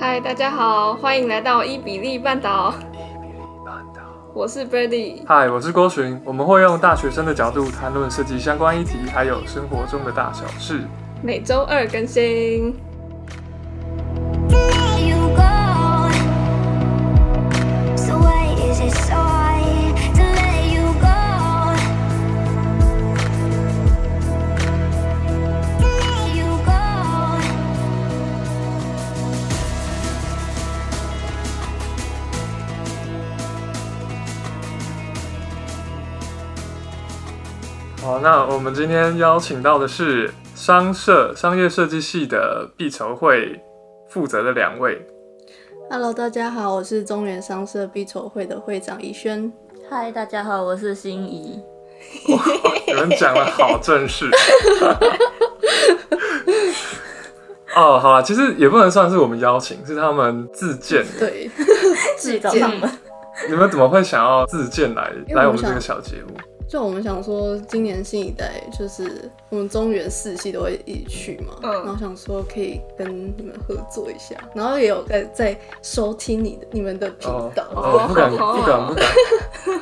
嗨，大家好，欢迎来到伊比利半岛，我是 Birdy。嗨，我是郭寻，我们会用大学生的角度谈论涉及相关议题，还有生活中的大小事。每周二更 新。 There you go. So why is it sorry to let you go? There you go. 好，那我们今天邀请到的是商社商业设计系的必筹会负责的两位。 Hello，大家好，我是中原商社必筹会的会长怡轩。嗨，大家好，我是心怡。你们讲的好正式。 哦，好了，其实也不能算是我们邀请，是他们自荐。 对，自找上门。你们怎么会想要自荐来因来为我们我们这想个小节目？就我们想说，今年新一代就是我们中原四系都会一起去嘛，嗯然后想说可以跟你们合作一下，然后也有在在收听你的你们的频哦道，哦，不敢不敢不敢。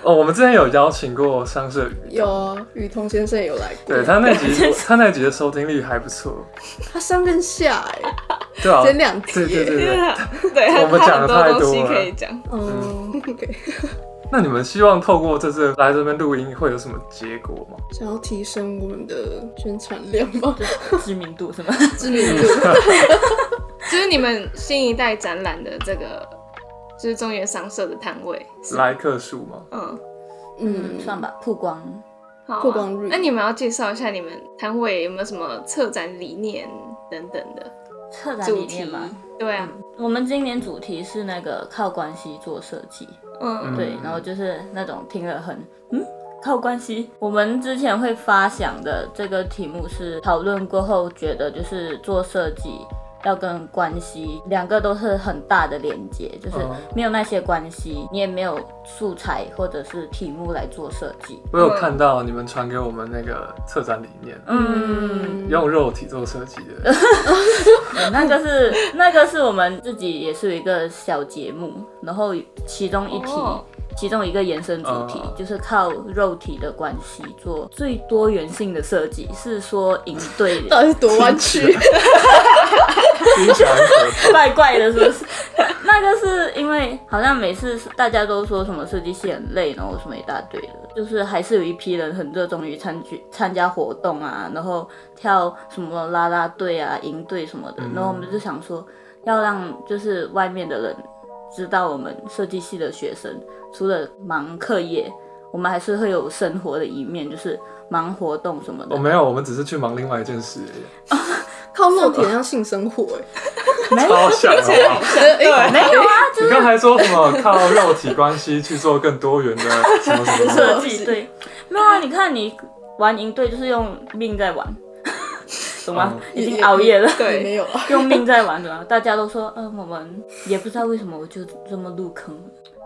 哦，我们之前有邀请过商社宇有啊，雨桐先生也有来过，对他那集，他那集的收听率还不错，他上跟下哎、对啊，整两集欸对对对对。对，我们讲他很得太多多东西了可以讲。 嗯，OK，那你们希望透过这次来这边录音会有什么结果吗？想要提升我们的宣传量吗？知名度是吗？知名度，就是你们新一代展览的这个，就是中原商社的摊位。是来客数吗？嗯，嗯，算吧，曝光。好啊、曝光率那你们要介绍一下你们摊位有没有什么策展理念等等的策展主理题念嘛，？对啊，我们今年主题是那个靠关系做设计，嗯嗯对，然后就是那种听了很嗯。靠关系，我们之前会发想的这个题目是讨论过后觉得就是做设计要跟关系两个都是很大的连接，就是哦没有那些关系，你也没有素材或者是题目来做设计。我有看到你们传给我们那个策展理念，啊嗯，用肉体做设计的，对那个是那个是我们自己也是有一个小节目，然后其中一题、哦其中一个延伸主题、嗯就是靠肉体的关系做最多元性的设计，是说赢对到底是多 弯曲？听起来很可 怪怪的，是不是？那个是因为好像每次大家都说什么设计系很累，然后什么一大堆的，就是还是有一批人很热衷于参与参加活动啊，然后跳什么啦啦队啊、营队什么的嗯，然后我们就想说要让就是外面的人知道我们设计系的学生，除了忙课业，我们还是会有生活的一面，就是忙活动什么的。哦我没有，我们只是去忙另外一件事而已，靠肉体很像性生活 哎、超像好不好欸，没有啊，你刚才说什么靠肉体关系去做更多元的什么什么什么？设计对，没有啊？你看你玩赢队就是用命在玩， 懂吗？已经熬夜了，哦也对没有啊，用命在玩，懂吗？大家都说，嗯、我们也不知道为什么我就这么入坑，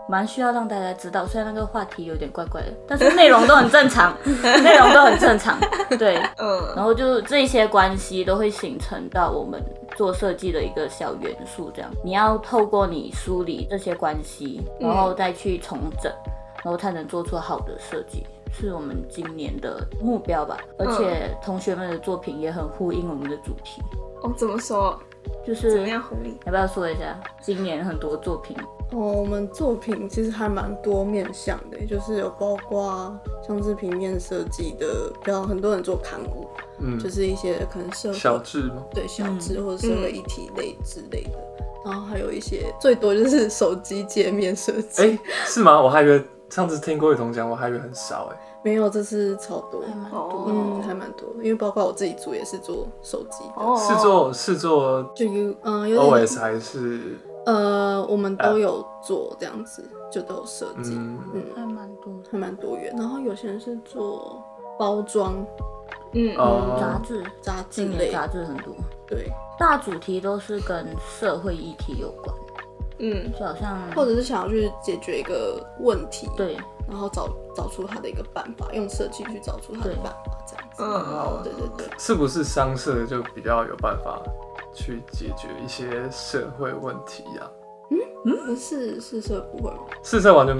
蛮需要让大家知道。虽然那个话题有点怪怪的，但是内容都很 正常，内容都很正常，对。嗯然后就是这些关系都会形成到我们做设计的一个小元素，这样你要透过你梳理这些关系，然后再去重整，然后才能做出好的设计，是我们今年的目标吧。而且同学们的作品也很呼应我们的主题，哦，怎么说？就怎是么样红利？要不要说一下今年很多作品？哦，我们作品其实还蛮多面向的，欸就是有包括像是平面设计的，比较很多人做刊物，嗯 就，是一些可能社会小智吗？对小嗯志或者社会议题类之类的，然后还有一些最多就是手机界面设计，哎，是吗？我还以为上次听郭雨桐讲，我还以为很少哎。没有，这是超多，嗯，还哦，蛮多，因为包括我自己组也是做手机的，哦是做是做就有嗯、有点 OS 还是呃，我们都有做这样子，就都有设计，啊嗯嗯还蛮多的，还蛮多元。然后有些人是做包装、嗯杂哦志，杂志今类年，嗯杂志很多，对，大主题都是跟社会议题有关，嗯，就好像或者是想要去解决一个问题，，对。然后找找出他的一个办法，用设计去找出他的办法，这样子。嗯对对对，是不是商社就比较有办法去解决一些社会问题呀、我嗯们试试色不会吗？试色完全，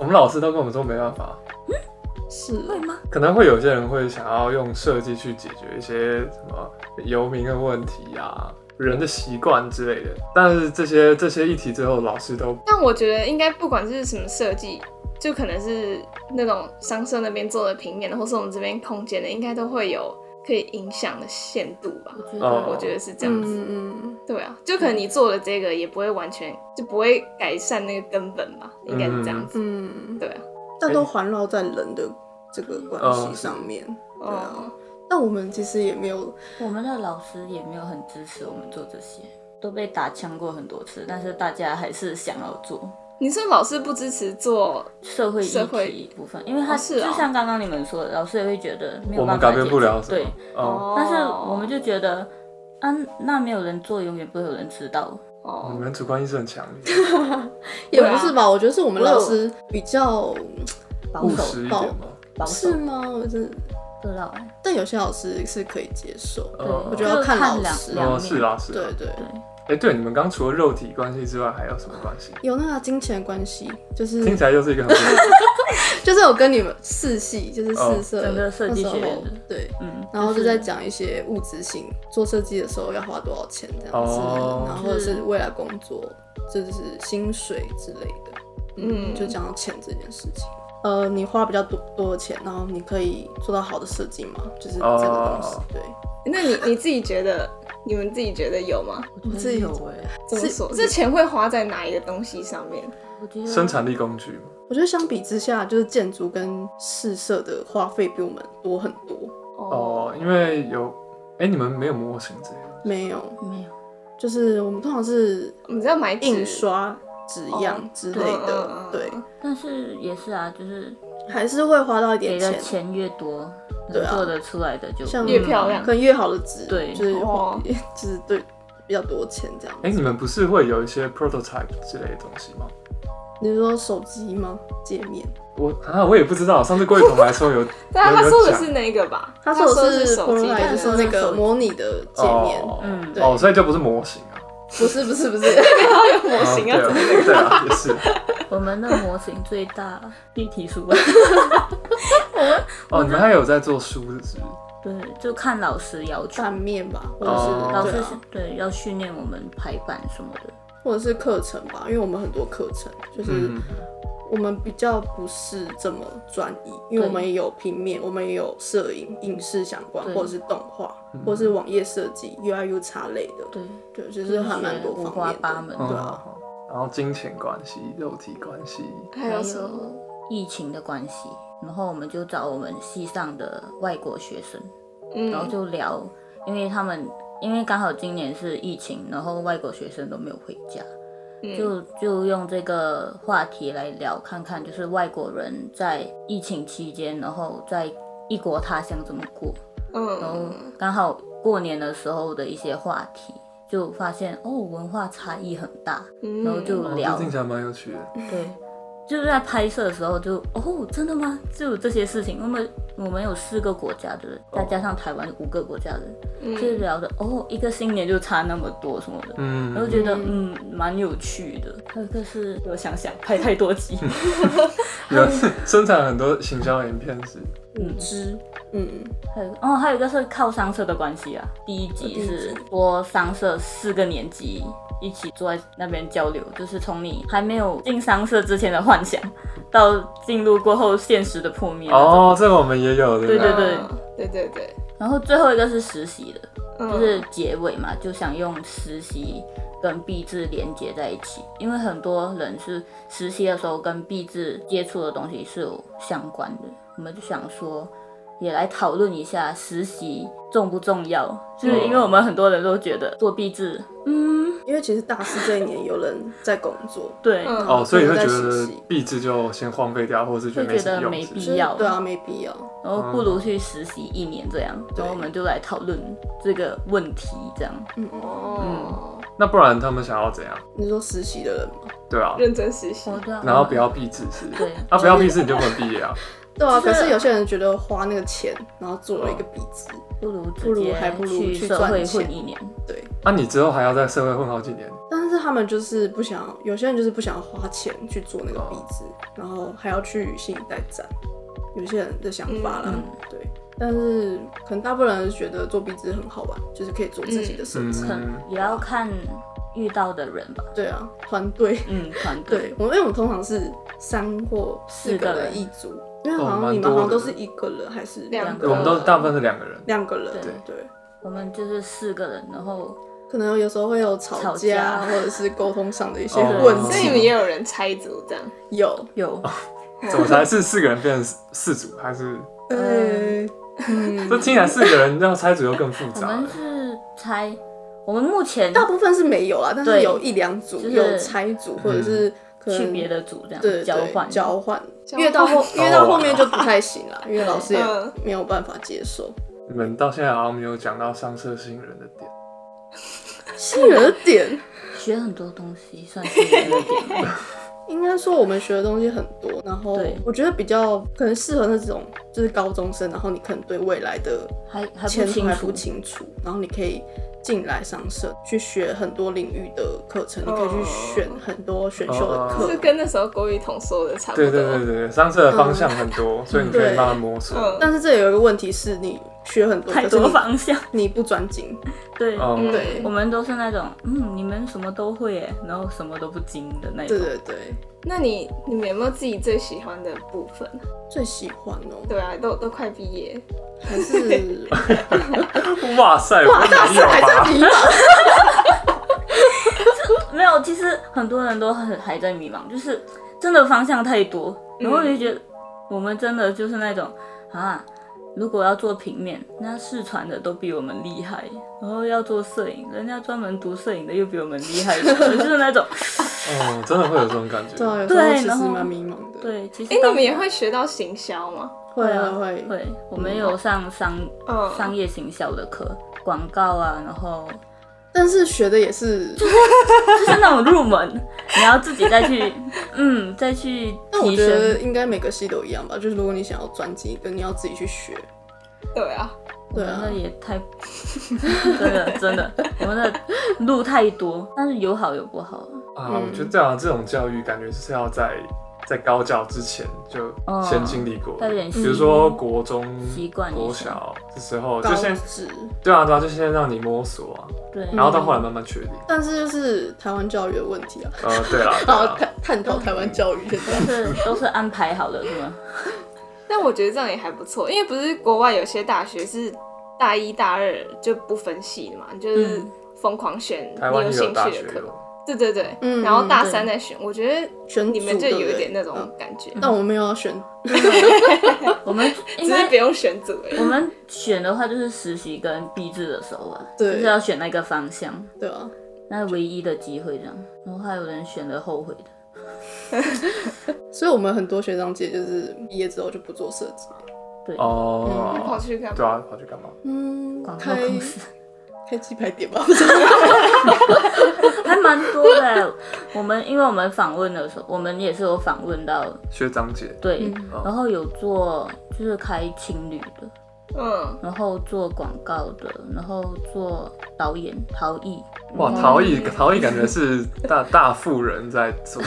我们老师都跟我们说没办法，是哦会吗？可能会有些人会想要用设计去解决一些什么游民的问题呀、人的习惯之类的，但是这些这些议题最后老师都但我觉得应该不管是什么设计，就可能是那种商社那边做的平面的，或是我们这边空间的，应该都会有可以影响的限度吧。我觉哦得我觉得是这样子。嗯嗯，对啊，就可能你做的这个也不会完全，就不会改善那个根本吧，应该是这样子。嗯，对啊，嗯但都环绕在人的这个关系上面。对啊哦，，但我们其实也没有，我们的老师也没有很支持我们做这些，都被打枪过很多次，但是大家还是想要做。你说老师不支持做，社会社议会题部分，因为他、哦是哦就像刚刚你们说的，老师也会觉得没我有们办改法变解不决了什么对，。哦，但是我们就觉得，啊，那没有人做，永远不会有人知道。哦你，们主观意识很强烈，也对啊不是吧？我觉得是我们我有老师比较保务守实一点嘛。保守是吗？我真的，不知道，但有些老师是可以接受。对，哦我觉得要就看看老两师两哦，面。是啦，是啦啊对。对，哎、对，你们刚除了肉体关系之外，还有什么关系？有那个金钱关系，就是听起来又是一个很就是我跟你们四系，就是四社、哦整个设计学院的那时候对，嗯，然后就就在讲一些物质性，做设计的时候要花多少钱这样子，哦然后或者是未来工作，这就是薪水之类的，嗯，嗯就讲到钱这件事情。呃，你花比较多多的钱，然后你可以做到好的设计吗？就是这个东西，哦对，那你你自己觉得，你们自己觉得有吗？我自觉得己有哎、怎么是说？这钱会花在哪一个东西上面？我觉得生产力工具嘛。我觉得相比之下，就是建筑跟试设的花费比我们多很多。哦，因为有，哎、你们没有模型这些东西没有，没有，就是我们通常是我们只要买纸印刷、纸样之类的哦嗯嗯嗯嗯，对，但是也是啊，就是还是会花到一给点的钱。钱越多，对能啊做得出来的就像越漂亮可能越好的纸，对就是花哦，就是对比较多钱这样哎、子。你们不是会有一些 prototype 之类的东西吗？你说手机吗？界面？我啊，我也不知道。上次桂总来说有，对啊，有他有说的讲是那个吧？他说说的是手机， Polaroid，但就是那个模拟的界面，哦，嗯对哦，所以就不是模型啊。不是不是不 是，模型啊哦，怎么对啊，对啊，也是。我们的模型最大立体书吧。哦，你们还有在做书是不是？ 对，就看老师要求，版面吧，或者哦老是对师啊，对要训练我们排版什么的。或者是课程吧，因为我们很多课程就是嗯，我们比较不是这么专一，因为我们也有平面，我们也有摄影、影视相关，对或者是动画，或者是网页设计、UI、UX 类的，对，对，就是还蛮多五方花面八的。门。对哦啊，好然后金钱关系、肉体关系，还还有什么？有疫情的关系，然后我们就找我们系上的外国学生，然后嗯，就聊，因为他们因为刚好今年是疫情，然后外国学生都没有回家，就就用这个话题来聊，看看就是外国人在疫情期间，然后在异国他乡怎么过，然后嗯，刚好过年的时候的一些话题。就发现哦，文化差异很 大，嗯然后就哦，聊这听起来蛮有趣的。对，就是在拍摄的时候就哦，真的吗？就有这些事情。我们我们有四个国家的人，再加上台湾五个国家的人，就是聊的哦，一个新年就差那么多什么的。嗯，然后觉得嗯蛮有趣的，还有一个是我想想拍太多集，有 生产很多行销影片是，嗯，知，嗯，还有一个哦还有一个是靠商社的关系啊，第一集是说商社四个年级一起坐在那边交流，就是从你还没有进商社之前的幻想，到进入过后现实的破灭那种哦，这个我们也有的。对对对嗯对对对，然后最后一个是实习的，嗯就是结尾嘛，就想用实习跟毕制连接在一起，因为很多人是实习的时候跟毕制接触的东西是有相关的，我们就想说。也来讨论一下实习重不重要，就是因为我们很多人都觉得做毕制，嗯，因为其实大四这一年有人在工作，对，嗯哦，所以会觉有在实得习壁纸就先荒废掉，或者是觉得没什么会觉得用没是不必是。就是要对啊，没必要。然后不如去实习一年这样，然后我们就来讨论这个问题，这样，哦，那不然他们想要怎样？嗯你说实习的人吗？对啊，认真实习哦，对啊然后不要壁纸是不是，对啊，不要壁纸你就不能毕业啊。对啊，就可是是有些人觉得花那个钱，然后做了一个壁纸，不如不直如接还不如去去社赚会钱混一年，对，那、啊你之后还要在社会混好几年，但是他们就是不想，有些人就是不想要花钱去做那个壁纸，然后还要去新一代展，有些人的想法啦，嗯对。但是可能大部分人觉得做壁纸很好玩，就是可以做自己的设计。可嗯能也要看遇到的人吧。对啊，团队。嗯，团队对，我们因为我们通常是三或四四个个人人一组，因为哦好蛮像你们好像多都的是一个人还是两两个啊对我们都是呃大部分是两个 人，两个人，对对。我们就是四个人，然后可能有时候会有吵吵架，架或者是沟通上的一些哦问所以你题。们也有人拆组这样，有，有怎么才是四个人变成四组？还是呃，嗯，这听起来四个人要拆组又更复我杂了们。是猜，我们目前大部分是没有啦，但是对有一两组就是嗯有拆组，或者是可能去别的组这样对交换。交换，交换越到 后换越到后面就不太行了，因为老师也嗯没有办法接受。你们到现在好像没有讲到上色新人的点，吸引人的嗯点，学很多东西，算是有一 点吗应该说我们学的东西很多，然后对我觉得比较可能适合那种就是高中生，然后你可能对未来的还还不前途清还楚不。清楚，然后你可以进来上社去学很多领域的课程，你可哦以去选很多选修的哦课是，跟那时候郭雨桐说的差不多。对对对对对，上色的方向很多，所以你可以慢慢摸索。嗯但是这有一个问题是你学很多，太可是多你方向，你不专精，对，嗯，对我们都是那种，嗯，你们什么都会耶，然后什么都不精的那种对。对对，那你你们有没有自己最喜欢的部分？最喜欢哦、对啊，都都快毕业，还 是啊哇塞，哇塞，还在迷茫，没有，其实很多人都很还在迷茫，就是真的方向太多，嗯然后就觉得我们真的就是那种啊，如果要做平面，那视传的都比我们厉害，然后要做摄影，人家专门读摄影的又比我们厉害，就 是那种嗯，真的会有这种感觉。对啊，有时候对其实然后蛮迷茫的，对，其实哎、当你们也会学到行销吗？会啊啊会，会，我们有上商、嗯商业行销的课，广告啊，然后但是学的也是，就是那种入门，你要自己再去，嗯，再去 但我提觉得升。应该每个系都一样吧，就是如果你想要专精，跟你要自己去学，对啊，我对们啊的也太， 真的真的，我们的路太多，但是有好有不好。啊，我觉得这样这种教育感觉是要在在高教之前就先经历过的，带点比如说国中习惯、一下国小的时候，就高先职。对啊对啊，就先让你摸索啊，对，然后到后来慢慢确定。但是就是台湾教育的问题啊，呃，对啦，对然后啦探探讨台湾教育现在。是都是安排好的， 是吗？但我觉得这样也还不错，因为不是国外有些大学是大一大二就不分系的嘛，你就是嗯疯狂选台你湾有也有兴大趣学的课，了，对对对，嗯然后大对三再选，我觉得选组你们就有对一不对点那种嗯感觉， 但我们又要选，我们应只是该不用选组而已我们选的话就是实习跟毕制的时候啊，就对是要选那个方向，对啊，那唯一的机会这样。然后还有人选了后悔的，所以我们很多学长姐就是毕业之后就不做设计，对，跑哦，去干对嘛？啊，跑去干嘛？嗯广告开公司。 开鸡排店吧， 还蛮多的。我们因为我们访问的时候，我们也是有访问到，学长姐，对，嗯然后有做就是开情侣的，嗯，然后做广告的，然后做导演陶艺，哇，陶艺陶艺感觉是大大富人在 做，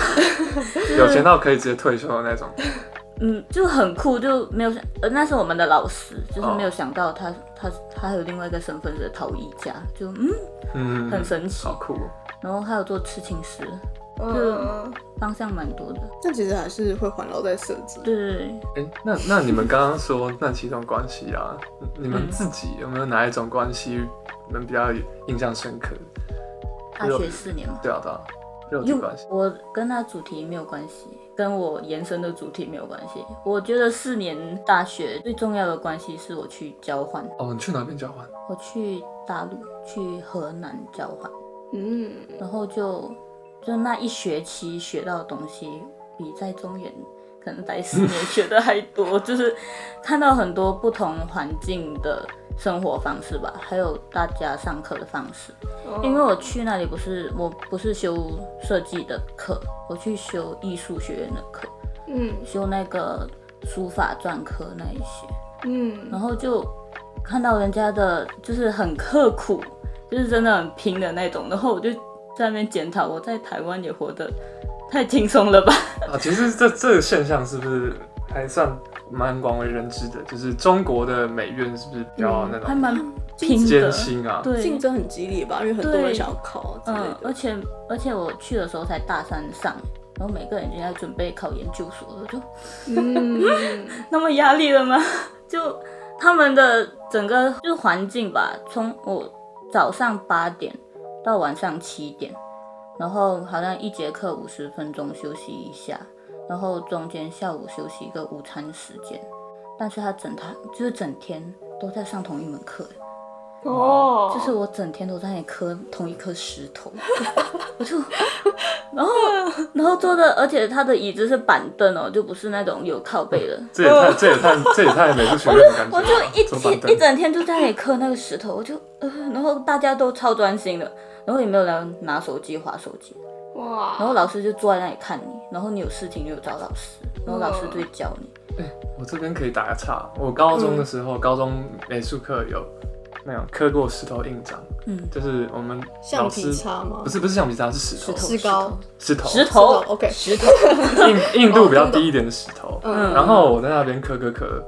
有钱到可以直接退休的那种。嗯，就很酷，就没有想，呃，那是我们的老师，就是哦没有想到他他他还有另外一个身份是陶艺家，就嗯嗯，很神奇好。酷哦。然后还有做刺青师，嗯就嗯，方向蛮多的。但其实还是会环绕在设计。对对对，哎、那那你们刚刚说那几种关系啊，你们自己有没有哪一种关系你们比较印象深刻？大学四年嘛。对啊，对啊，肉体因为关系。我跟他主题没有关系，跟我延伸的主题没有关系。我觉得四年大学最重要的关系是我去交换，哦，你去哪边交换？我去大陆，去河南交换，嗯，然后就就那一学期学到的东西，比在中原可能待四年学的还多，就是看到很多不同环境的生活方式吧，还有大家上课的方式。哦因为我去那里不是我不是修设计的课，我去修艺术学院的课，嗯修那个书法篆刻那一些，嗯然后就看到人家的就是很刻苦就是真的很拼的那种。然后我就在那边检讨，我在台湾也活得太轻 松了吧？啊，其实这这个现象是不是还算蛮广为人知的？就是中国的美院是不是比较那嗯还种蛮拼的艰，辛啊？对，竞争很激烈吧，因为很多对人想要考啊之类嗯的，。而且而且我去的时候才大三上，然后每个人已经在准备考研究所了，我就嗯，那么压力了吗？ 就他们的整个就是环境吧，从我早上八点到晚上七点，然后好像一节课五十分钟休息一下，然后中间下午休息一个午餐时间，但是他整堂就是整天都在上同一门课，哦，就是我整天都在那里磕同一颗石头， 我就，然后然后坐的，而且他的椅子是板凳哦，就不是那种有靠背的，这也太这也 太这也太美术学院的感觉哦我了就一走板天凳一整天就在那里磕那个石头，我就呃，然后大家都超专心的，然后也没有人拿手机划手机，然哇，后老师就坐在那里看你，然后你有事情就找老师，然后老师就会教你。我这边可以打个岔，我高中的时候，嗯高中美术课有那种刻过石头印章，嗯，就是我们橡老皮师擦吗不？是不是橡皮擦，是石头，石膏石头，石头头， ，OK，石头， 硬硬度比较低一点的石头。嗯，然后我在那边磕磕磕，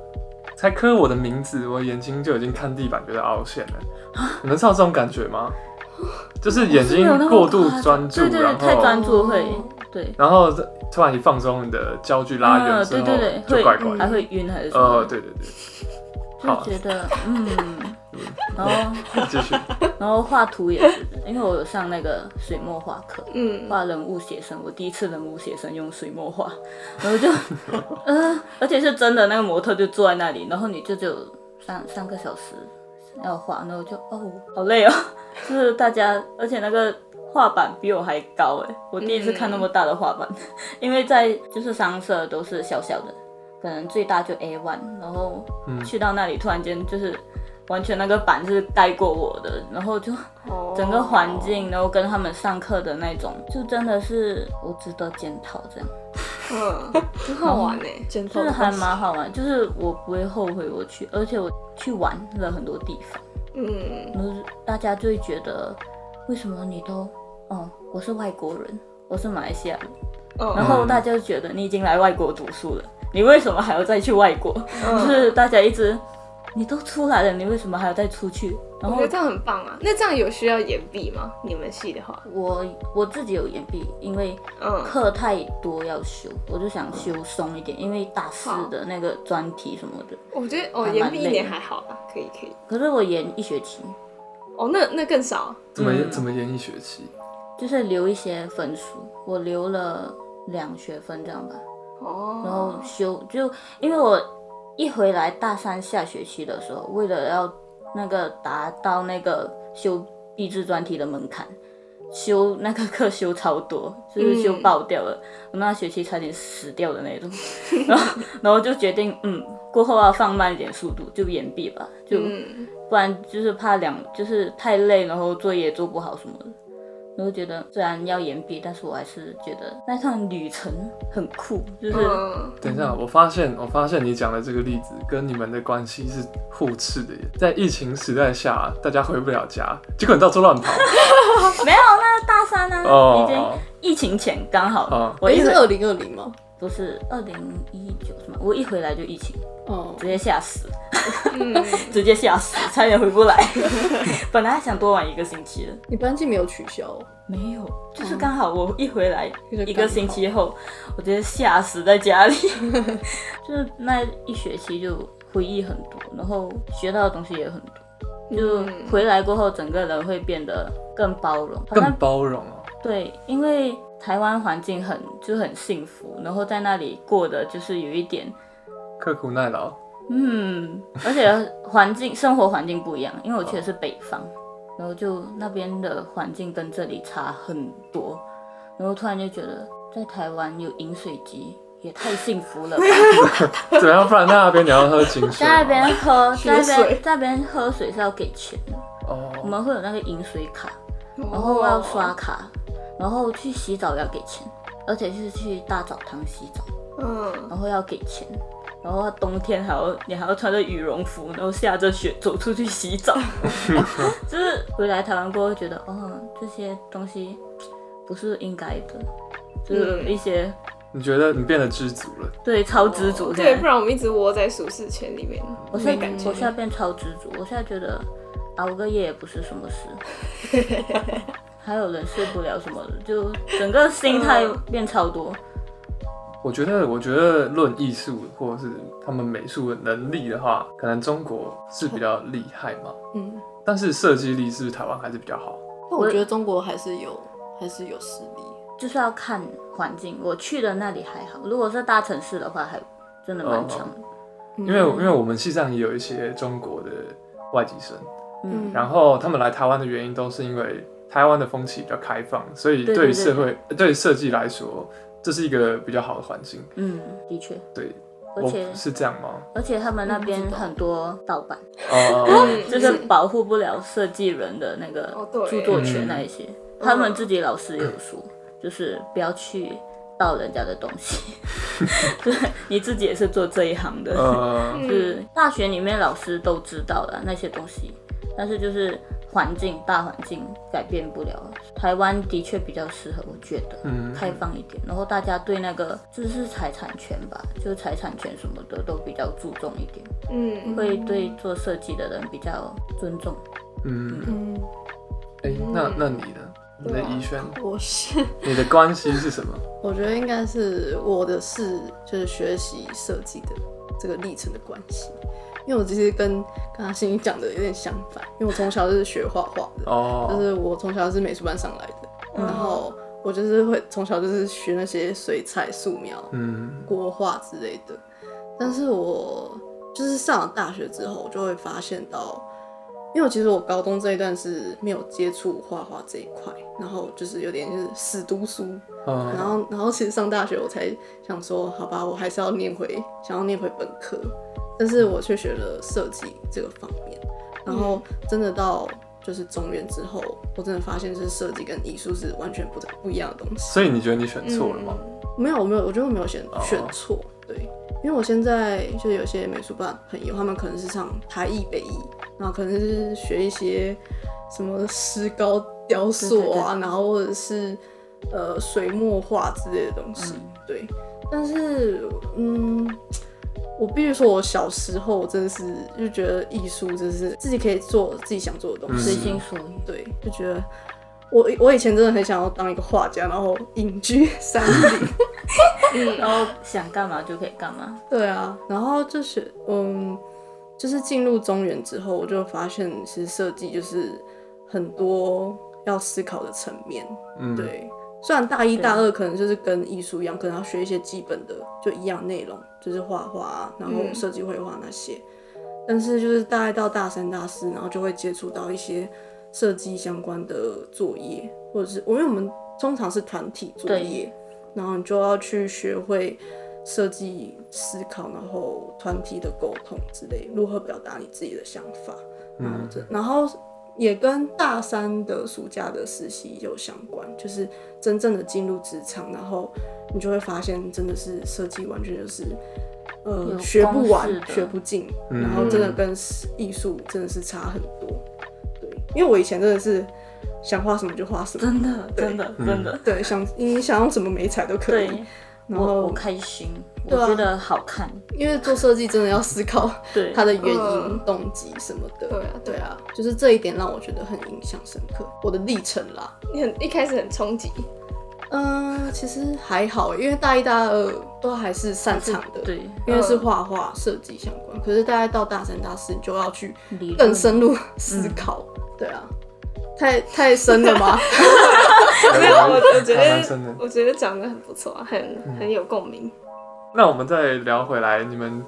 才磕我的名字，我眼睛就已经看地板觉得凹陷了。啊你们知道这种感觉吗？就是眼睛过度专注，啊对对对，然太后专注会，对，然后突然一放松，你的焦距拉远嗯，之对后对对，就会嗯怪怪还的。会晕还是什呃，么？对对对，就觉得 嗯，然后继续。然后画图也是，因为我有上那个水墨画课，嗯，画人物写生，我第一次人物写生用水墨画，然后就， 呃，而且是真的那个模特就坐在那里，然后你就只有三三个小时要画，然后我就哦，好累哦， 就是大家，而且那个画板比我还高哎，我第一次看那么大的画板， 因为在就是商社都是小小的，可能最大就 A one，然后嗯去到那里突然间就是完全那个板是盖过我的，然后就。哦整个环，境，然后跟他们上课的那种，就真的是我值得检讨，这样嗯，很好玩呢。尖头就的是还蛮好玩，就是我不会后悔我去，而且我去玩了很多地方，嗯，然后大家就会觉得为什么你都，哦，我是外国人，我是马来西亚人，然哦，后大家就觉得你已经来外国读书了，你为什么还要再去外国？嗯就是大家一直，你都出来了，你为什么还要再出去？然我后觉得这样很棒啊。那这样有需要延毕吗？你们系的话，我我自己有岩壁，因为嗯，课太多要修，我就想修松一点，因为大四的那个专题什么的。我觉得哦，还蛮延毕一年累还好吧，可以可以。可是我延一学期，哦，那那更少，怎么嗯怎么演一学期？就是留一些分数，我留了两学分这样吧。然后哦，修就因为我一回来大三下学期的时候，为了要那个达到那个修毕制专题的门槛，修那个课修超多，就是修嗯爆掉了，我那学期差点死掉的那种。然后然后就决定，嗯，过后要放慢一点速度，就延毕吧，就、嗯，不然就是怕两就是太累，然后作业也做不好什么的。然后觉得虽然要延毕，但是我还是觉得那趟旅程很酷，就是、嗯，等一下，我发现，我发现你讲的这个例子跟你们的关系是互斥的耶。在疫情时代下，大家回不了家，结果你到处乱跑。 没有，那是大三呢、已经哦，疫情前刚好，哦我一是回二零二零吗？不是二零一九是吗？我一回来就疫情，哦直，接吓死，嗯，直接吓死，差点回不 来。本来还想多玩一个星期的，你班级没有取消哦？没有，就是刚好我一回来就是刚好一个星期后，我直接吓死在 家里，就是那一学期就回忆很多，然后学到的东西也很多。 就嗯回来过后，整个人会变得更包容，好像更包容哦。对，因为台湾环境很就很幸福，然后在那里过的就是有一点，刻苦耐劳，嗯，而且 环境生活环境不一样，因为我去的是北方，然后就那边的环境跟这里差很多，然后突然就觉得在台湾有饮水机。也太幸福了吧！怎么样？啊不然在那边你要喝 井水吗，在那边喝，在那水边在那边喝水是要给钱的，我哦，们会有那个饮水卡，然哦后要刷卡，然后去洗澡要给钱，而且是去大澡堂洗澡。哦，然后要给钱，然后冬天还要你还要穿着羽绒服，然后下着雪走出去洗澡，就是回来台湾过后会觉得，哦，这些东西不是应该的，就是一些、你觉得你变得知足了？对超知足这嗯哦对，样不。然我们一直窝在舒适圈里面，我没现在感觉我。现在变超知足，我现在觉得熬个夜也不是什么事， 还有人受不了什么的，就整个心态嗯变超多。我觉得，我觉得论艺术或者是他们美术的能力的话，可能中国是比较厉害嘛，嗯，但是设计力是不是台湾还是比较好？但我觉得中国还是有，还是有实力。就是要看环境。我去的那里还好，如果是大城市的话，还真的哦蛮强的。嗯因为因为我们系上也有一些中国的外籍生，嗯，然后他们来台湾的原因都是因为台湾的风气比较开放，所以对对于对社会对于设计来说，这是一个比较好的环境。嗯，的确，对，而我且是这样吗？而且他们那边嗯知道很多盗版，哦呃，嗯就是保护不了设计人的那个哦对嗯著作权那一些。他们自己老师有说，就是不要去盗人家的东 西。 对，你自己也是做这一行的。呃，嗯就是大学里面老师都知道的啊那些东西，但是就是环境大环境改变不了。台湾的确比较适合，我觉得，嗯开放一点，然后大家对那个就是财产权吧，就是财产权什么的都比较注重一点，嗯，会对做设计的人比较尊重。嗯，嗯，哎、那那你呢？你的对啊怡轩，我是你的关系是什么？ 我觉得应该是我的是就是学习设计的这个历程的关系，因为我其实跟刚刚心里讲的有点相反，因为我从小就是学画画的，就哦，嗯是我从小是美术班上来的，然后我就是会从小就是学那些水彩、素描、嗯，国画之类的。但是我就是上了大学之后，我就会发现到，因为我其实我高中这一段是没有接触画画这一块，然后就是有点就是死读书，嗯，然后，然后其实上大学我才想说，好吧，我还是要念回，想要念回本科，但是我却学了设计这个方面。然后真的到就是中原之后，我真的发现就是设计跟艺术是完全不不一样的东西。所以你觉得你嗯选错了吗？没有，我没有，我觉得我没有选哦选错，对，因为我现在就有些美术班朋友，他们可能是上台艺、北艺，然后可能是学一些什么石膏雕塑啊，然后或者是呃水墨画之类的东嗯嗯西，对。但是，嗯，我必须说，我小时候我真的是就觉得艺术就是自己可以做自己想做的东随西，心所欲，对，就觉得我我以前真的很想要当一个画家，然后隐居山林。嗯然后哦想干嘛就可以干嘛。对啊，然后就是嗯，就是进入中原之后，我就发现其实设计就是很多要思考的层面。嗯，，对，虽然大一大二可能就是跟艺术一样，可能要学一些基本的就一样内容，就是画画啊，然后嗯设计绘画那些。但是就是大概到大三、大四，然后就会接触到一些设计相关的作业，或者是我因为我们通常是团体作对业，然后你就要去学会设计思考，然后团体的沟通之类，如何表达你自己的想法，然嗯嗯后这、然后也跟大三的暑假的实习有相关，就是真正的进入职场，然后你就会发现真的是设计完全就是。呃有，学不完公式，的学不尽，嗯然后真的跟艺术真的是差很多。对，因为我以前真的是想画什么就画什么，真的，真的，真的。哦对，想你想用什么美彩都可以。对，然我后我开心，我对啊觉得好看。因为做设计真的要思考对，它的原因嗯、动机什么的。对啊对啊，就是这一点让我觉得很印象深刻，我的历程啦。你很一开始很冲 击，嗯、其实还好，欸因为大一、大二都还是擅长的，对，因为是画画设计相关。可是大概到大三、大四，你就要去理论更深入思考。对啊，太太深了吗？ 没有，我我觉啊还蛮深得的。嗯我觉得讲的很不错啊，很很有共鸣。那我们再聊回来，你们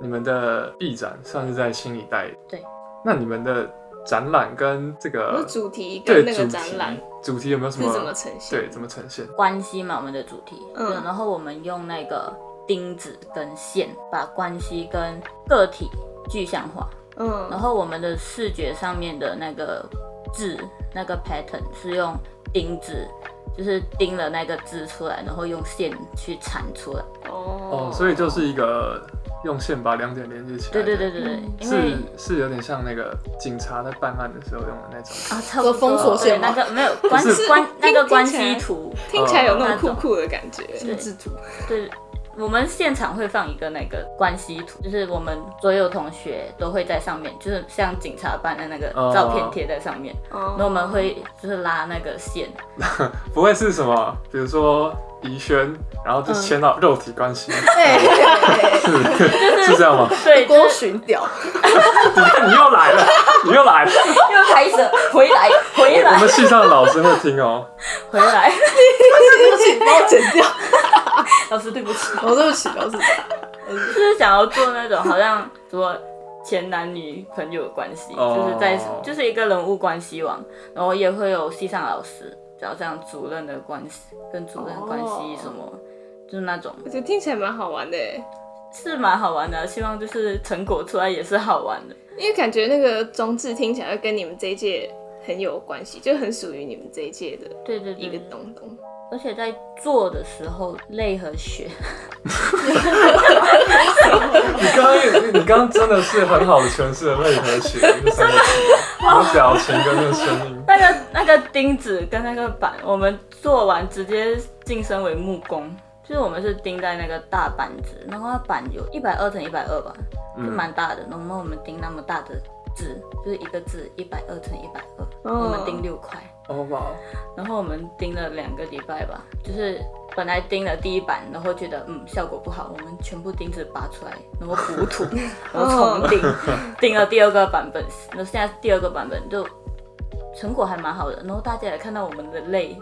你们的艺展算是在新一代，对，那你们的展览跟这那个主题呃对跟那主个题展览主题有没有什是么怎么呈现？对怎么呈现？关系嘛，我们的主题。嗯嗯，然后我们用那个钉子跟线把关系跟个体具象化，然嗯后我们的视觉上面的那个字那个 pattern 是用钉子，就是钉了那个字出来，然后用线去缠出来。哦哦，所以就是一个用线把两点连接起来。对对对对对，因为是是有点像那个警察在办案的时候用的那种。啊，差不多封锁线对那吗个没有关不是关那个听关听起系来图，听起来有那那种酷种酷的感觉。对制图，对，我们现场会放一个那个关系图，就是我们所有同学都会在上面，就是像警察办的那个哦照片贴在上面，哦那、我们会就是拉那个线，不会是什么，比如说宜轩，然后就嗯牵到肉体关 系，哎，是是这样吗？对，郭就是哎寻屌，你看你又来了，你又来了， 又开始回来回我来们系上的老师会听哦。回来，对不起，帮我剪掉， 老师对不起，我对不起，老师，就是想要做那种好像什么前男女朋友关系，哦就是在就是一个人物关系网，然后也会有系上老师，然后像主任的关系跟主任关系哦什么，就是那种我觉得听起来蛮好玩的欸耶，是蛮好玩的啊，希望就是成果出来也是好玩的。因为感觉那个装置听起来跟你们这一届很有关系，就很属于你们这一届的对对一对个，东东。而且在做的时候累和血，你刚刚你刚刚真的是很好的诠释了内核学这三个字，然后表情跟那声音。那个那个钉子跟那个板，我们做完直接晋升为木工，就是我们是钉在那个大板子，然后它板有一百二乘一百二吧，就嗯蛮大的。然后我们钉那么大的字，就是一个字一百二乘一百二，嗯哦我们钉六块。哦哇，然后我们盯了两个礼拜吧，就是本来盯了第一版，然后觉得嗯效果不好，我们全部钉子拔出来，然后补土，然后重钉，钉了第二个版本，那现在第二个版本就成果还蛮好的，然后大家也看到我们的累，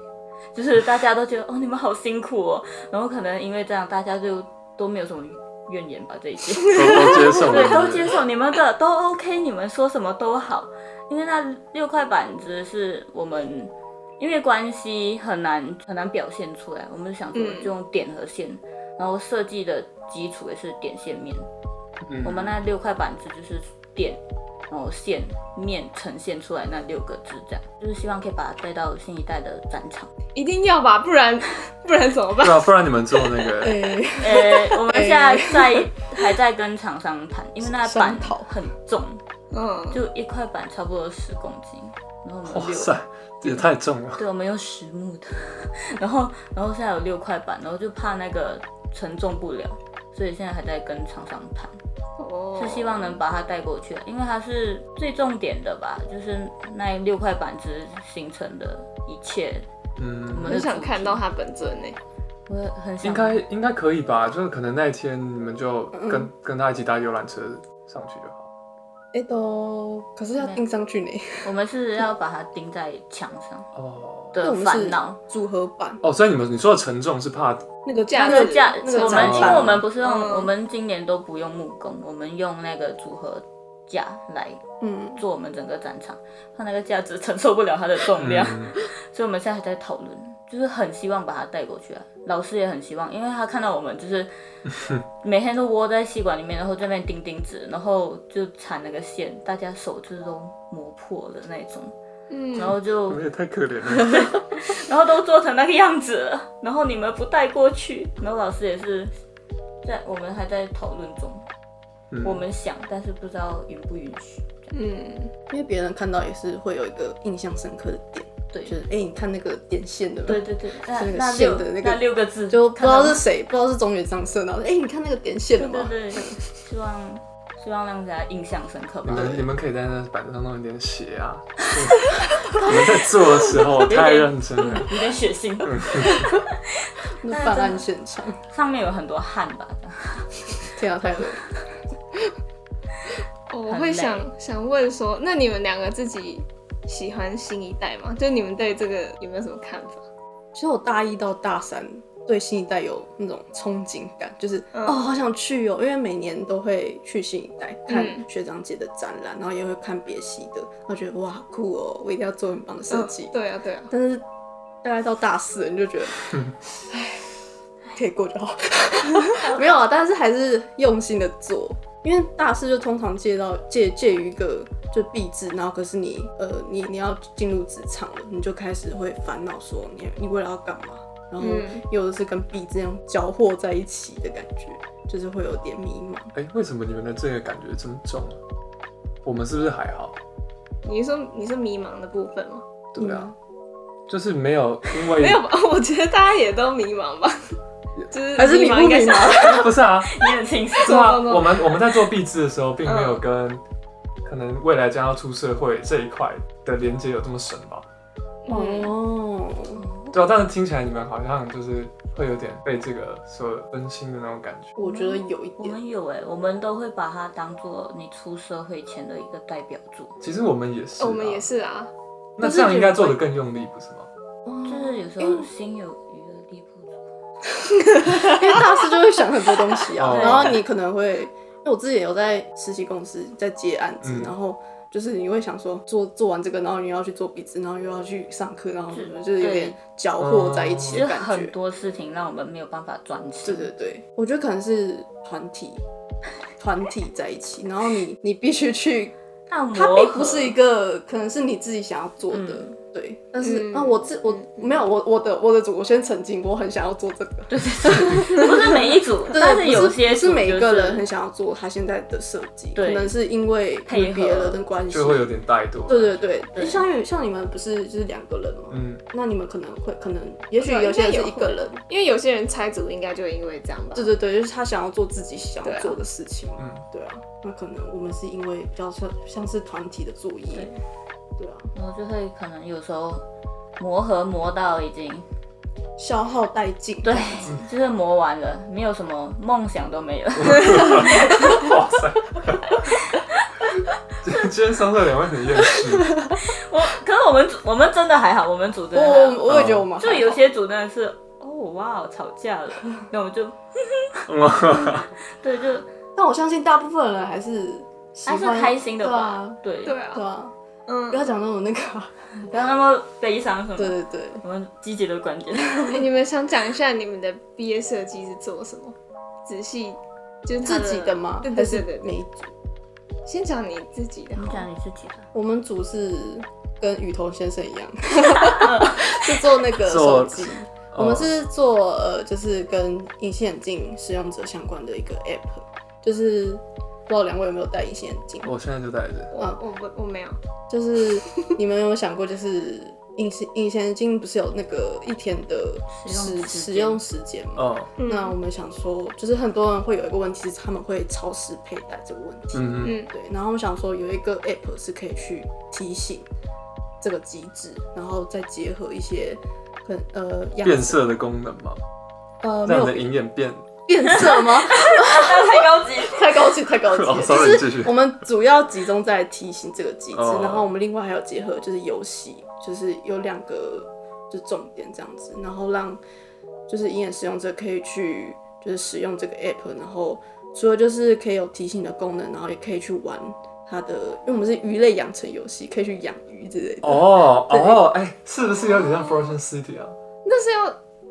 就是大家都觉得哦你们好辛苦哦，然后可能因为这样大家就都没有什么怨言吧这一届。都都接受了，对，都不接受你们的都 OK，你们说什么都好，因为那六块板子是我们因为关系很难很难表现出来，我们想说嗯就用点和线，然后设计的基础也是点线面，嗯我们那六块板子就是点。然后线面呈现出来那六个字，这样就是希望可以把它带到新一代的战场。一定要吧，不然 不然怎么办？ 对啊，不然你们做那个哎，呃，我们现在在还在跟厂商谈，因为那板商讨很重，嗯，就一块板差不多十公斤，然后我们哇六，塞，这也太重了。对，我们用实木的， 然后然后现在有六块板，然后就怕那个承重不了，所以现在还在跟厂商谈，哦是希望能把它带过去，啊因为它是最重点的吧，就是那六块板子形成的一切，我嗯，们很的想主题看到，他本尊欸呢。我也很想，应该应该可以吧？就是可能那一天你们就跟、嗯跟他一起搭游览车上去就好。哎都，可是要钉上去呢，我们是要把它钉在墙上哦那的我们烦是恼。组合版，哦，所以你们你说的沉重是怕那个架那个子架，那个我们长因板为我们不是用，嗯我们今年都不用木工，我们用那个组合架来嗯，做我们整个战场，它那个架子承受不了它的重量，嗯 所以我们现在还在讨论，就是很希望把它带过去啊。老师也很希望，因为他看到我们就是 每天都窝在吸管里面，然后这边钉钉子，然后就缠那个线，大家手就是都磨破了那种，嗯，然后就你们也太可怜了。然后都做成那个样子了，然后你们不带过去，然后老师也是在我们还在讨论中，嗯我们想，但是不知道允不允许。嗯，因为别人看到也是会有一个印象深刻的点，对，就是哎，你看那个点线的嘛，对对对，那是那个那线六的那个那六个字就不知道看是到谁，不知道是中原上社，然后哎，你看那个点线了对对吗？对，希望希望让大家印象深刻你吧。们你们可以在那板凳上弄一点血啊！ 你们在做的时候太认真了。有点血腥，那办案现场，上面有很多汗吧？天啊，太恶了，我很哦会累想想问说，那你们两个自己喜欢新一代吗？就你们对这个有没有什么看法？其实我大一到大三对新一代有那种憧憬感，就是、嗯哦，好想去哦，因为每年都会去新一代看嗯学长姐的展览，然后也会看别系的，然后觉得哇好酷哦，我一定要做很棒的设计。嗯对啊，对啊，但是大概到大四了，你就 觉得，唉，可以过就好。没有啊，但是还是用心的做，因为大四就通常介到介介于一个就毕制，然后可是你呃你你要进入职场了，你就开始会烦恼说你你未来要干嘛，然后嗯又是跟毕这样交货在一起的感觉。就是会有点迷茫。哎、为什么你们的这个感觉这么重啊、我们是不是还好？你是说你是迷茫的部分吗？对啊，嗯就是没有因 为没有吧？我觉得大家也都迷茫吧，就是还是你不应该迷 茫？不是啊，你很轻松。对啊，懂懂懂我们我们在做壁纸的时候，并没有跟可能未来将要出社会这一块的连接有这么深吧？嗯，哦，对啊，但是听起来你们好像就是会有点被这个所分心的那种感觉。 我觉得有一我点，们有哎、我们都会把它当做你出社会前的一个代表作，其实我们也是、我们也。是啊，那这样应该做的更用力，不是吗？就是有时候心有余而力不足。因为大师就会想很多东西啊哦，然后你可能会，因为我自己也有在实习公司在接案子，嗯然后就是你会想说做做完这个，然后你又要去做笔记，然后又要去上课，然后是嗯就是有点搅和在一起就是的感很觉。多事情让我们没有办法专对心。对对，我觉得可能是团体。团体在一起，然后你你必须去，但它我并不是一个可能是你自己想要做的，对。但是嗯那、我自我没有我我的我的主，我先澄清，我很想要做这个，不是每一组， 对但不有些不组是每一就个人很想要做他现在的设计，可对能是因为配合别人的关系就。会有点怠惰。对对对，对像你像你们不是就是两个人吗？嗯，那你们可能会可能，也许啊对有些人应该是有一个人，因为有些人拆组应该就因为这样吧。对对对，就是他想要做自己想对要啊做的事情嘛。嗯 对啊，那可能我们是因为比较像像是团体的作业对，对啊，然后就会可能有时候磨合磨到已经消耗殆尽。对，就是磨完了，没有什么梦想都没有。哇塞， 今今天上课两位很厌世，我哦可是我们组我们真的还好，我们组真我的还好我我也觉得我们啊就还好有些组真的是哦哇吵架 了，那我就对就但我相信大部分人还是喜还欢是开心的对啊吧，对对对啊，啊，嗯不，要讲那种那个啊， 不要那么悲伤什么。对对对。我们积极的观点，哎你们想讲一下你们的毕业设计是做什么？仔细就是它自己的吗？对还对是对对每对。一组？先讲你自己的好你了，讲你自己 吧。我们组是跟雨桐先生一 样，是做那个手做机。哦 我们是做呃，就是跟隐形眼镜使用者相关的一个 app，就是不知道两位有没有戴隐形眼镜？我现在就戴嗯着，我我不我没有，就是你们有没有想过，就是隐形隐形眼镜不是有那个一天的使使用时间使用时间吗？哦，嗯那我们想说，就是很多人会有一个问题是他们会超时佩戴这个问题。嗯嗯，嗯对，然后我想说有一个 app 是可以去提醒这个机制，然后再结合一些可能呃养变色的功能嘛，呃没让你有的银眼变，变色吗？ 那太高级，太高级，太高级 哦了。 sorry，就继续是我们主要集中在提醒这个机制，哦然后我们另外还有结合就是游戏，就是有两个就重点这样子，然后让就是鹰眼使用者可以去就是使用这个 app，然后除了就是可以有提醒的功能，然后也可以去玩它的，因为我们是鱼类养成游戏，可以去养鱼之类的。哦哦，哎、是不是有点像 Fortune City 啊？那是要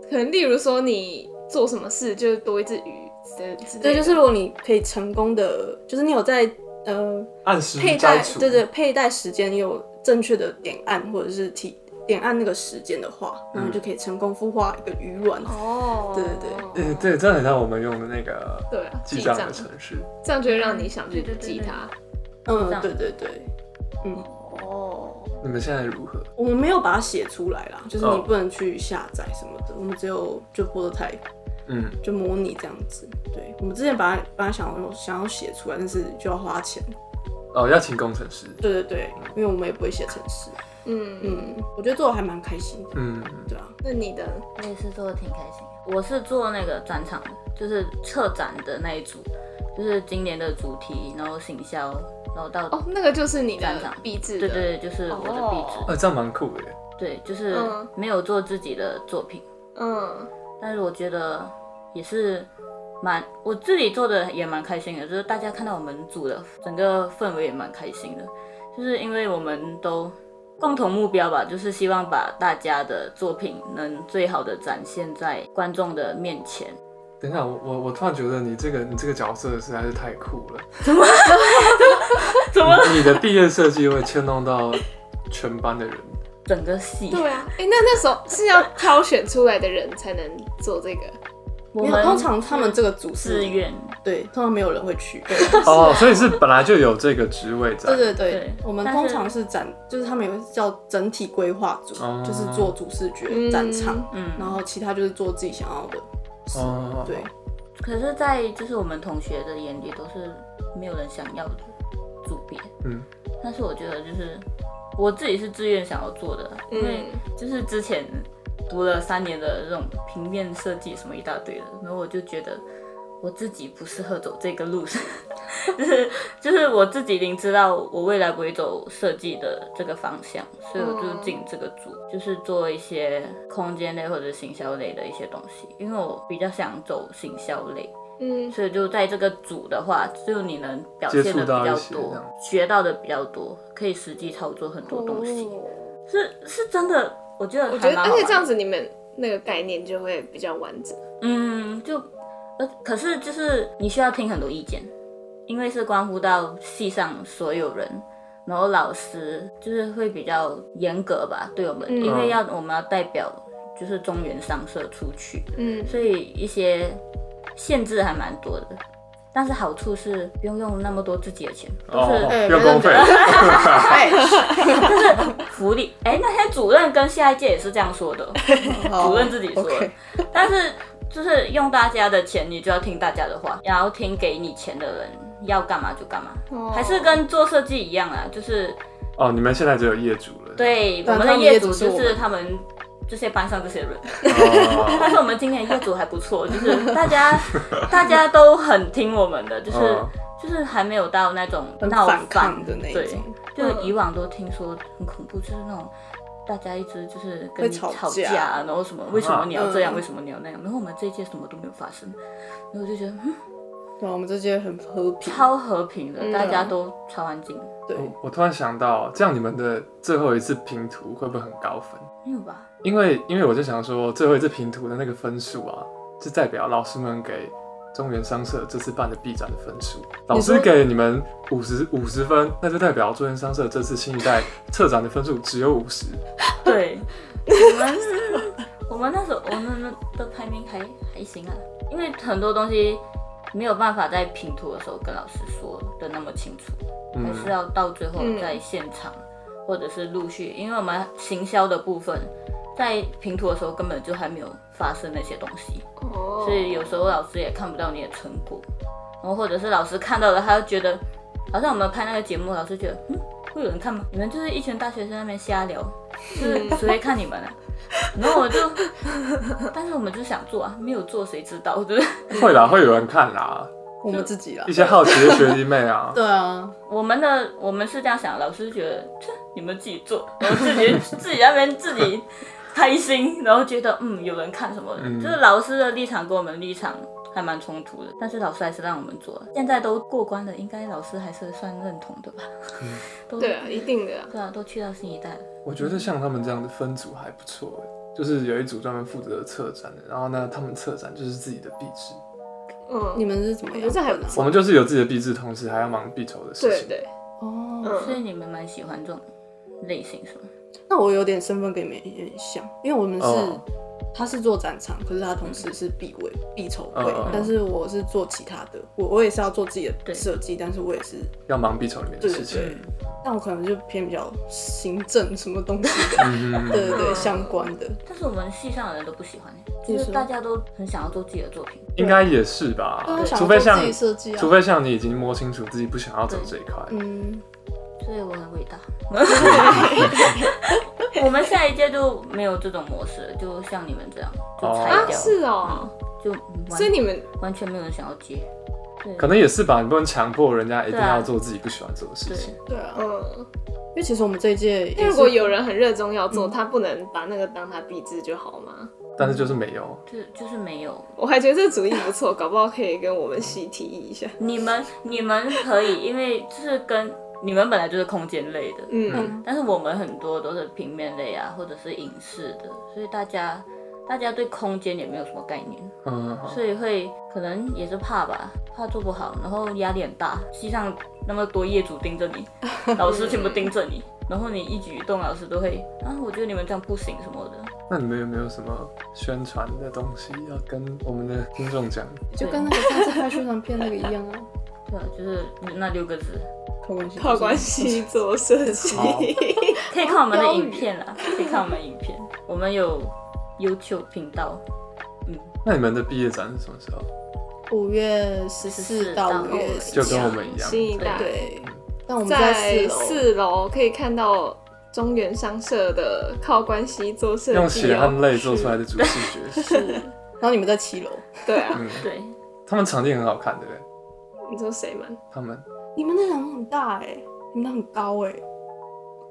可能例如说你做什么事就是多一只鱼之之类的，对，就是如果你可以成功的，就是你有在呃按时佩摘戴，除，对对，佩戴时间有正确的点按或者是提点按那个时间的话，嗯然后就可以成功孵化一个鱼卵。哦，对对嗯，对，真的很像我们用的那个对啊，记记账账的程序。这样就会让你想去对对对记它。嗯这，样对对对，哦，你们现在如何？我们没有把它写出来啦，就是你哦不能去下载什么的，我们只有就 prototype 嗯，就模拟这样子。对，我们之前把它把它想要想要写出来，但是就要花钱。哦，要请工程师。对对对，因为我们也不会写程式。嗯嗯，嗯，我觉得做的还蛮开心的。嗯，对啊，那你的我也是做的挺开心的。我是做那个转场的，就是策展的那一组，就是今年的主题，然后行销，然后到、哦，那个就是你站的长壁纸对的，哦对对，就是我的壁纸，呃，这样蛮酷的耶。对，就是嗯没有做自己的作品，嗯但是我觉得也是蛮我自己做的也蛮开心的，就是大家看到我们组的整个氛围也蛮开心的，就是因为我们都共同目标吧，就是希望把大家的作品能最好的展现在观众的面前。等一下，我我我突然觉得你这个你这个角色实在是太酷 了。怎么你的毕业设计会牵动到全班的人，整个戏？对啊，哎、那那时候是要挑选出来的人才能做这个，我没们有，通常他们这个组是志愿对，通常没有人会 去。对，哦，所以是本来就有这个职位在。对对对，对我们但通是常是展，就是他们有个叫整体规划组，哦就是做主视觉展场，嗯，然后其他就是做自己想要的。哦，对，可是，在就是我们同学的眼里都是没有人想要的组别，嗯，但是我觉得就是我自己是自愿想要做的，因为嗯，就是之前读了三年的这种平面设计什么一大堆的，然后我就觉得我自己不适合走这个路， 就是就是我自己已经知道我未来不会走设计的这个方向，所以我就进这个组，嗯就是做一些空间类或者行销类的一些东西，因为我比较想走行销类，嗯，所以就在这个组的话，就你能表现的接触到比较一些这多样，学到的比较多，可以实际操作很多东西。哦是是真的，我觉得我还觉得，蛮而好玩且的这样，子你们那个概念就会比较完整。嗯，就呃，可是就是你需要听很多意见，因为是关乎到系上所有人，然后老师就是会比较严格吧，对我们，嗯因为要我们要代表就是中原商社出去，嗯，所以一些限制还蛮多的。但是好处是不用用那么多自己的钱，都哦，是哎不要公费，哎，福利。哎、那天主任跟下一届也是这样说的。哦好 主任自己说的哦 OK 但是就是用大家的钱，你就要听大家的话，然后听给你钱的人要干嘛就干嘛，哦还是跟做设计一样啊，就是 哦，你们现在只有业主了。对我但们他的们业业主主是就我是们他们这些班上这些人，但哦，是我们今年业主还不错，就是 大家大家都很听我们的，就是、哦就是还没有到那种很闹反翻抗的那一对种。就嗯以往都听说很恐怖，就是那种大家一直就是跟会你吵吵架然后什么为什么你要这样，嗯为什么你要那样，然后我们这一届什么都没有发生，然后我就觉得嗯对，我们这些很和平。超和平的，嗯大家都超安静，对，我我突然想到，这样你们的最后一次拼图会不会很高分？没有吧？因为因为我就想说，最后一次评图的那个分数啊，是代表老师们给中原商社这次办的 B 展的分数。老师给你们五十五十分，那就代表中原商社这次新一代策展的分数只有五十。 对，我们我们那时候我们的排名还还行啊，因为很多东西没有办法在拼图的时候跟老师说的那么清楚，嗯还是要到最后在现场、或者是陆续，因为我们行销的部分在评图的时候根本就还没有发生那些东西，哦，所以有时候老师也看不到你的成果，然后或者是老师看到了，他就觉得好像我们拍那个节目，老师觉得嗯会有人看吗？你们就是一群大学生在那边瞎聊，就是谁会看你们啊？ 然后我就，但是我们就想做啊，没有做谁知道，就是会啦，会有人看啦，我们自己啦一。些好奇的学弟妹 啊。对啊，我们的我们是这样想，老师觉得切你们自己做， 然后自己自己在那边自己开心，然后觉得嗯有人看什么的，嗯就是老师的立场跟我们立场还蛮冲突的，但是老师还是让我们做了，现在都过关了，应该老师还是算认同的吧？ 都对啊，一定的啊。对啊，都去到新一代了，我觉得像他们这样的分组还不错、欸，就是有一组专门负责策展的，然后呢，他们策展就是自己的壁纸，嗯，你们是怎么我样觉得这还分不啊？错我们就是有自己的壁纸，同时还要忙壁筹的事对情。对，哦，所以嗯，你们蛮喜欢这种类型是吗？那我有点身份跟你们有点像，因为我们是、哦他是做展场，可是他同时是必位必筹会，嗯嗯嗯但是我是做其他的，我我也是要做自己的对设计，但是我也是要忙壁筹里面的对事对情。对，但我可能就偏比较行政什么东 西的，嗯嗯嗯对对对相关的，但是我们系上的人都不喜欢、你就是说大家都很想要做自己的作品，应该也是吧对啊，想除非像做自己设计啊除非像你已经摸清楚自己不想要走对这一块，嗯，所以我 很伟大。我们下一届就没有这种模式了，就像你们这样，就拆哦啊，掉，是哦，就嗯所以完你们完全没有人想要接。对可能也是吧，你不能强迫人家一定对啊要做自己不喜欢做的事对，情。对啊，嗯，因为其实我们这一届也那是如果有人很热衷要嗯做，他不能把那个当他壁纸就好吗？但是就是没有，就就是没有。我还觉得这主意不错， 搞不好可以跟我们系提议一下。你们你们可以，因为就是跟你们本来就是空间类的，嗯，但是我们很多都是平面类啊，或者是影视的，所以大家大家对空间也没有什么概念。嗯，所以会可能也是怕吧，怕做不 好，然后压力很大，系上那么多业主盯着你，老师全部盯着你，然后你一举一动，老师都会啊，我觉得你们这样不行什么的。那你们有没有什么宣传的东西要跟我们的听众讲？就跟那个上次拍宣传片那个一样 啊，对啊，就是那六个字，靠关系，靠关，系做设计， 好可以看我们的影片啦，可以看我们影片，我们有 YouTube 频道，那你们的毕业展是什么时候？五月十四到五月14十就跟我们一样，新一代对，但我们在在楼，四楼可以看到中原商社的靠关系做设计、哦，用血和泪做出来的主视觉。然后你们在七楼，对啊，嗯， 对，他们场地很好看，对不对？你说谁们？他们你们那两栋很大哎，你们那很高哎，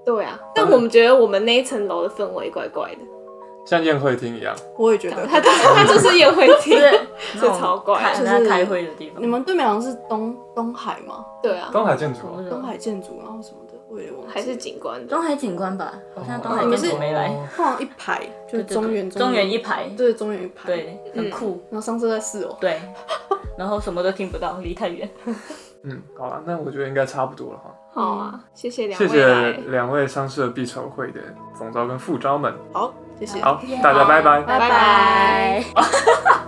对啊，但我们觉得我们那一层楼的氛围怪怪的，像宴会厅一样，我也觉得他 他就是宴会厅 就，是这超怪那种开就是那开会的地方。你们对面好像是东东海吗？对啊，东海建筑我哦、不知道东海建筑然后什么的，我也忘记。还是景观的，东海景观吧，好像东海你们哦建是筑没来，通常一排就对是对对中原中原一，排，对嗯中原一排。，对，很酷，然后上次在哦四楼，对， 然后什么都听不到，离太远。嗯，好了，那我觉得应该差不多了哈。好啊，谢谢两谢位谢来，两位商社必筹会的总招跟副招们，好，谢谢。 好，大家拜拜。拜拜。